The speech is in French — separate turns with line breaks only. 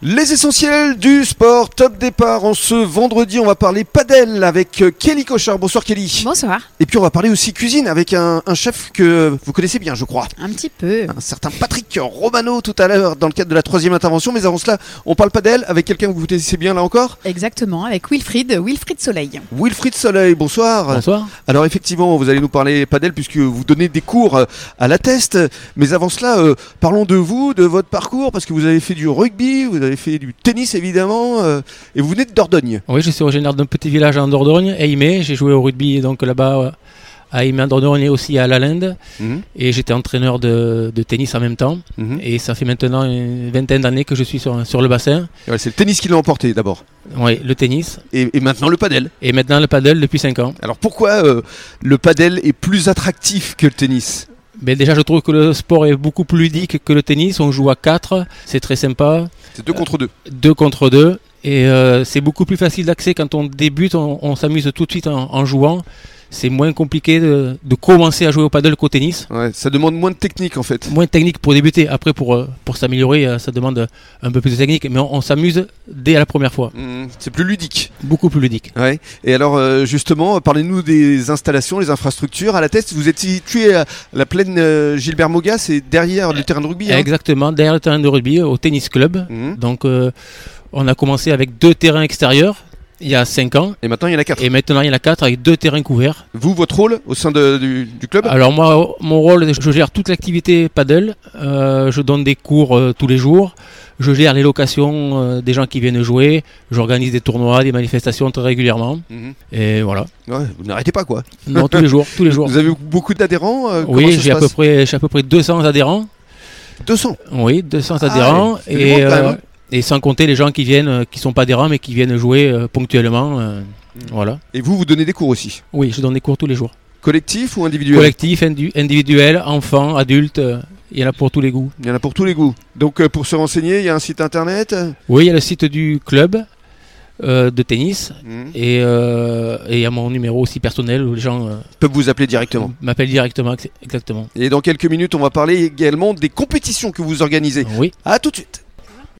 Les essentiels du sport, top départ. En ce vendredi, on va parler padel avec euh, Kelly Cochard. Bonsoir Kelly.
Bonsoir,
Et puis on va parler aussi cuisine avec un, un chef que vous connaissez bien, je crois.
un petit peu.
Un certain Patrick Romano tout à l'heure dans le cadre de la troisième intervention. Mais avant cela, on parle padel avec quelqu'un que vous connaissez bien là encore.
Exactement, avec Wilfried, Wilfried Soleil.
Wilfried Soleil, bonsoir.
Bonsoir.
Alors effectivement, vous allez nous parler padel puisque vous donnez des cours euh, à la test. Mais avant cela, euh, parlons de vous, de votre parcours, parce que vous avez fait du rugby, vous avez fait du tennis évidemment, euh, et vous venez de Dordogne.
Oui, je suis originaire d'un petit village en Dordogne, Aimé. J'ai joué au rugby donc là-bas euh, à Aimé en Dordogne et aussi à Lalande.
Mhm,
Et j'étais entraîneur de, de tennis en même temps. Et ça fait maintenant une vingtaine d'années que je suis sur, sur le bassin.
Et voilà, c'est le tennis qui l'a emporté d'abord,
Oui, le tennis.
et, et maintenant le padel.
Et maintenant le paddle depuis 5 ans.
Alors pourquoi euh, le padel est plus attractif que le tennis
Mais déjà, je trouve que le sport est beaucoup plus ludique que le tennis. On joue à 4, c'est très sympa.
C'est deux contre deux.
2 contre 2. Et euh, c'est beaucoup plus facile d'accès quand on débute, on, on s'amuse tout de suite en, en jouant. C'est moins compliqué de, de commencer à jouer au paddle qu'au tennis.
Ouais, ça demande moins de technique en fait.
moins technique pour débuter. Après, pour, euh, pour s'améliorer, euh, ça demande euh, un peu plus de technique. Mais on, on s'amuse dès la première fois.
Mhm, C'est plus ludique.
Beaucoup plus ludique.
Ouais. Et alors euh, justement, euh, parlez-nous des installations, les infrastructures. À la test, vous êtes situé à la plaine euh, Gilbert Moga, c'est derrière le terrain de rugby. hein
Exactement, derrière le terrain de rugby, euh, au tennis club.
Mhm.
Donc, euh, on a commencé avec deux terrains extérieurs il y a 5 ans.
Et maintenant, il y en a quatre.
Et maintenant, il y en a 4 avec deux terrains couverts.
Vous, votre rôle au sein de- du, du club
Alors moi, euh, mon rôle, je gère toute l'activité paddle. Euh, je donne des cours euh, tous les jours. Je gère les locations euh, des gens qui viennent jouer. J'organise des tournois, des manifestations très régulièrement.
Mhm.
Et voilà.
Ouais, Vous n'arrêtez pas quoi.
Non, tous les jours, tous les jours.
Vous avez beaucoup d'adhérents euh, comment
Oui,
ça se
j'ai à peu
passe
près, j'ai à peu près 200 adhérents.
200.
Oui, 200
Ah,
adhérents
c'est du monde,
et,
quand même,
euh,
hein.
et sans compter les gens qui viennent, euh, qui sont pas adhérents mais qui viennent jouer euh, ponctuellement. euh,
Hmm.
Voilà.
Et vous, vous donnez des cours aussi
Oui, je donne des cours tous les jours.
Collectif ou individuel
Collectif, indu- individuel, enfant, adulte. euh, Il y en a pour tous les goûts.
Il y en a pour tous les goûts. Donc euh, pour se renseigner, il y a un site internet. euh,
Oui, il y a le site du club euh, de tennis
mhm.
et euh, et il y a mon numéro aussi personnel où les gens euh,
Ils peuvent vous appeler directement.
m'appellent directement. ex- Exactement.
Et dans quelques minutes, on va parler également des compétitions que vous organisez.
Oui.
À tout de suite.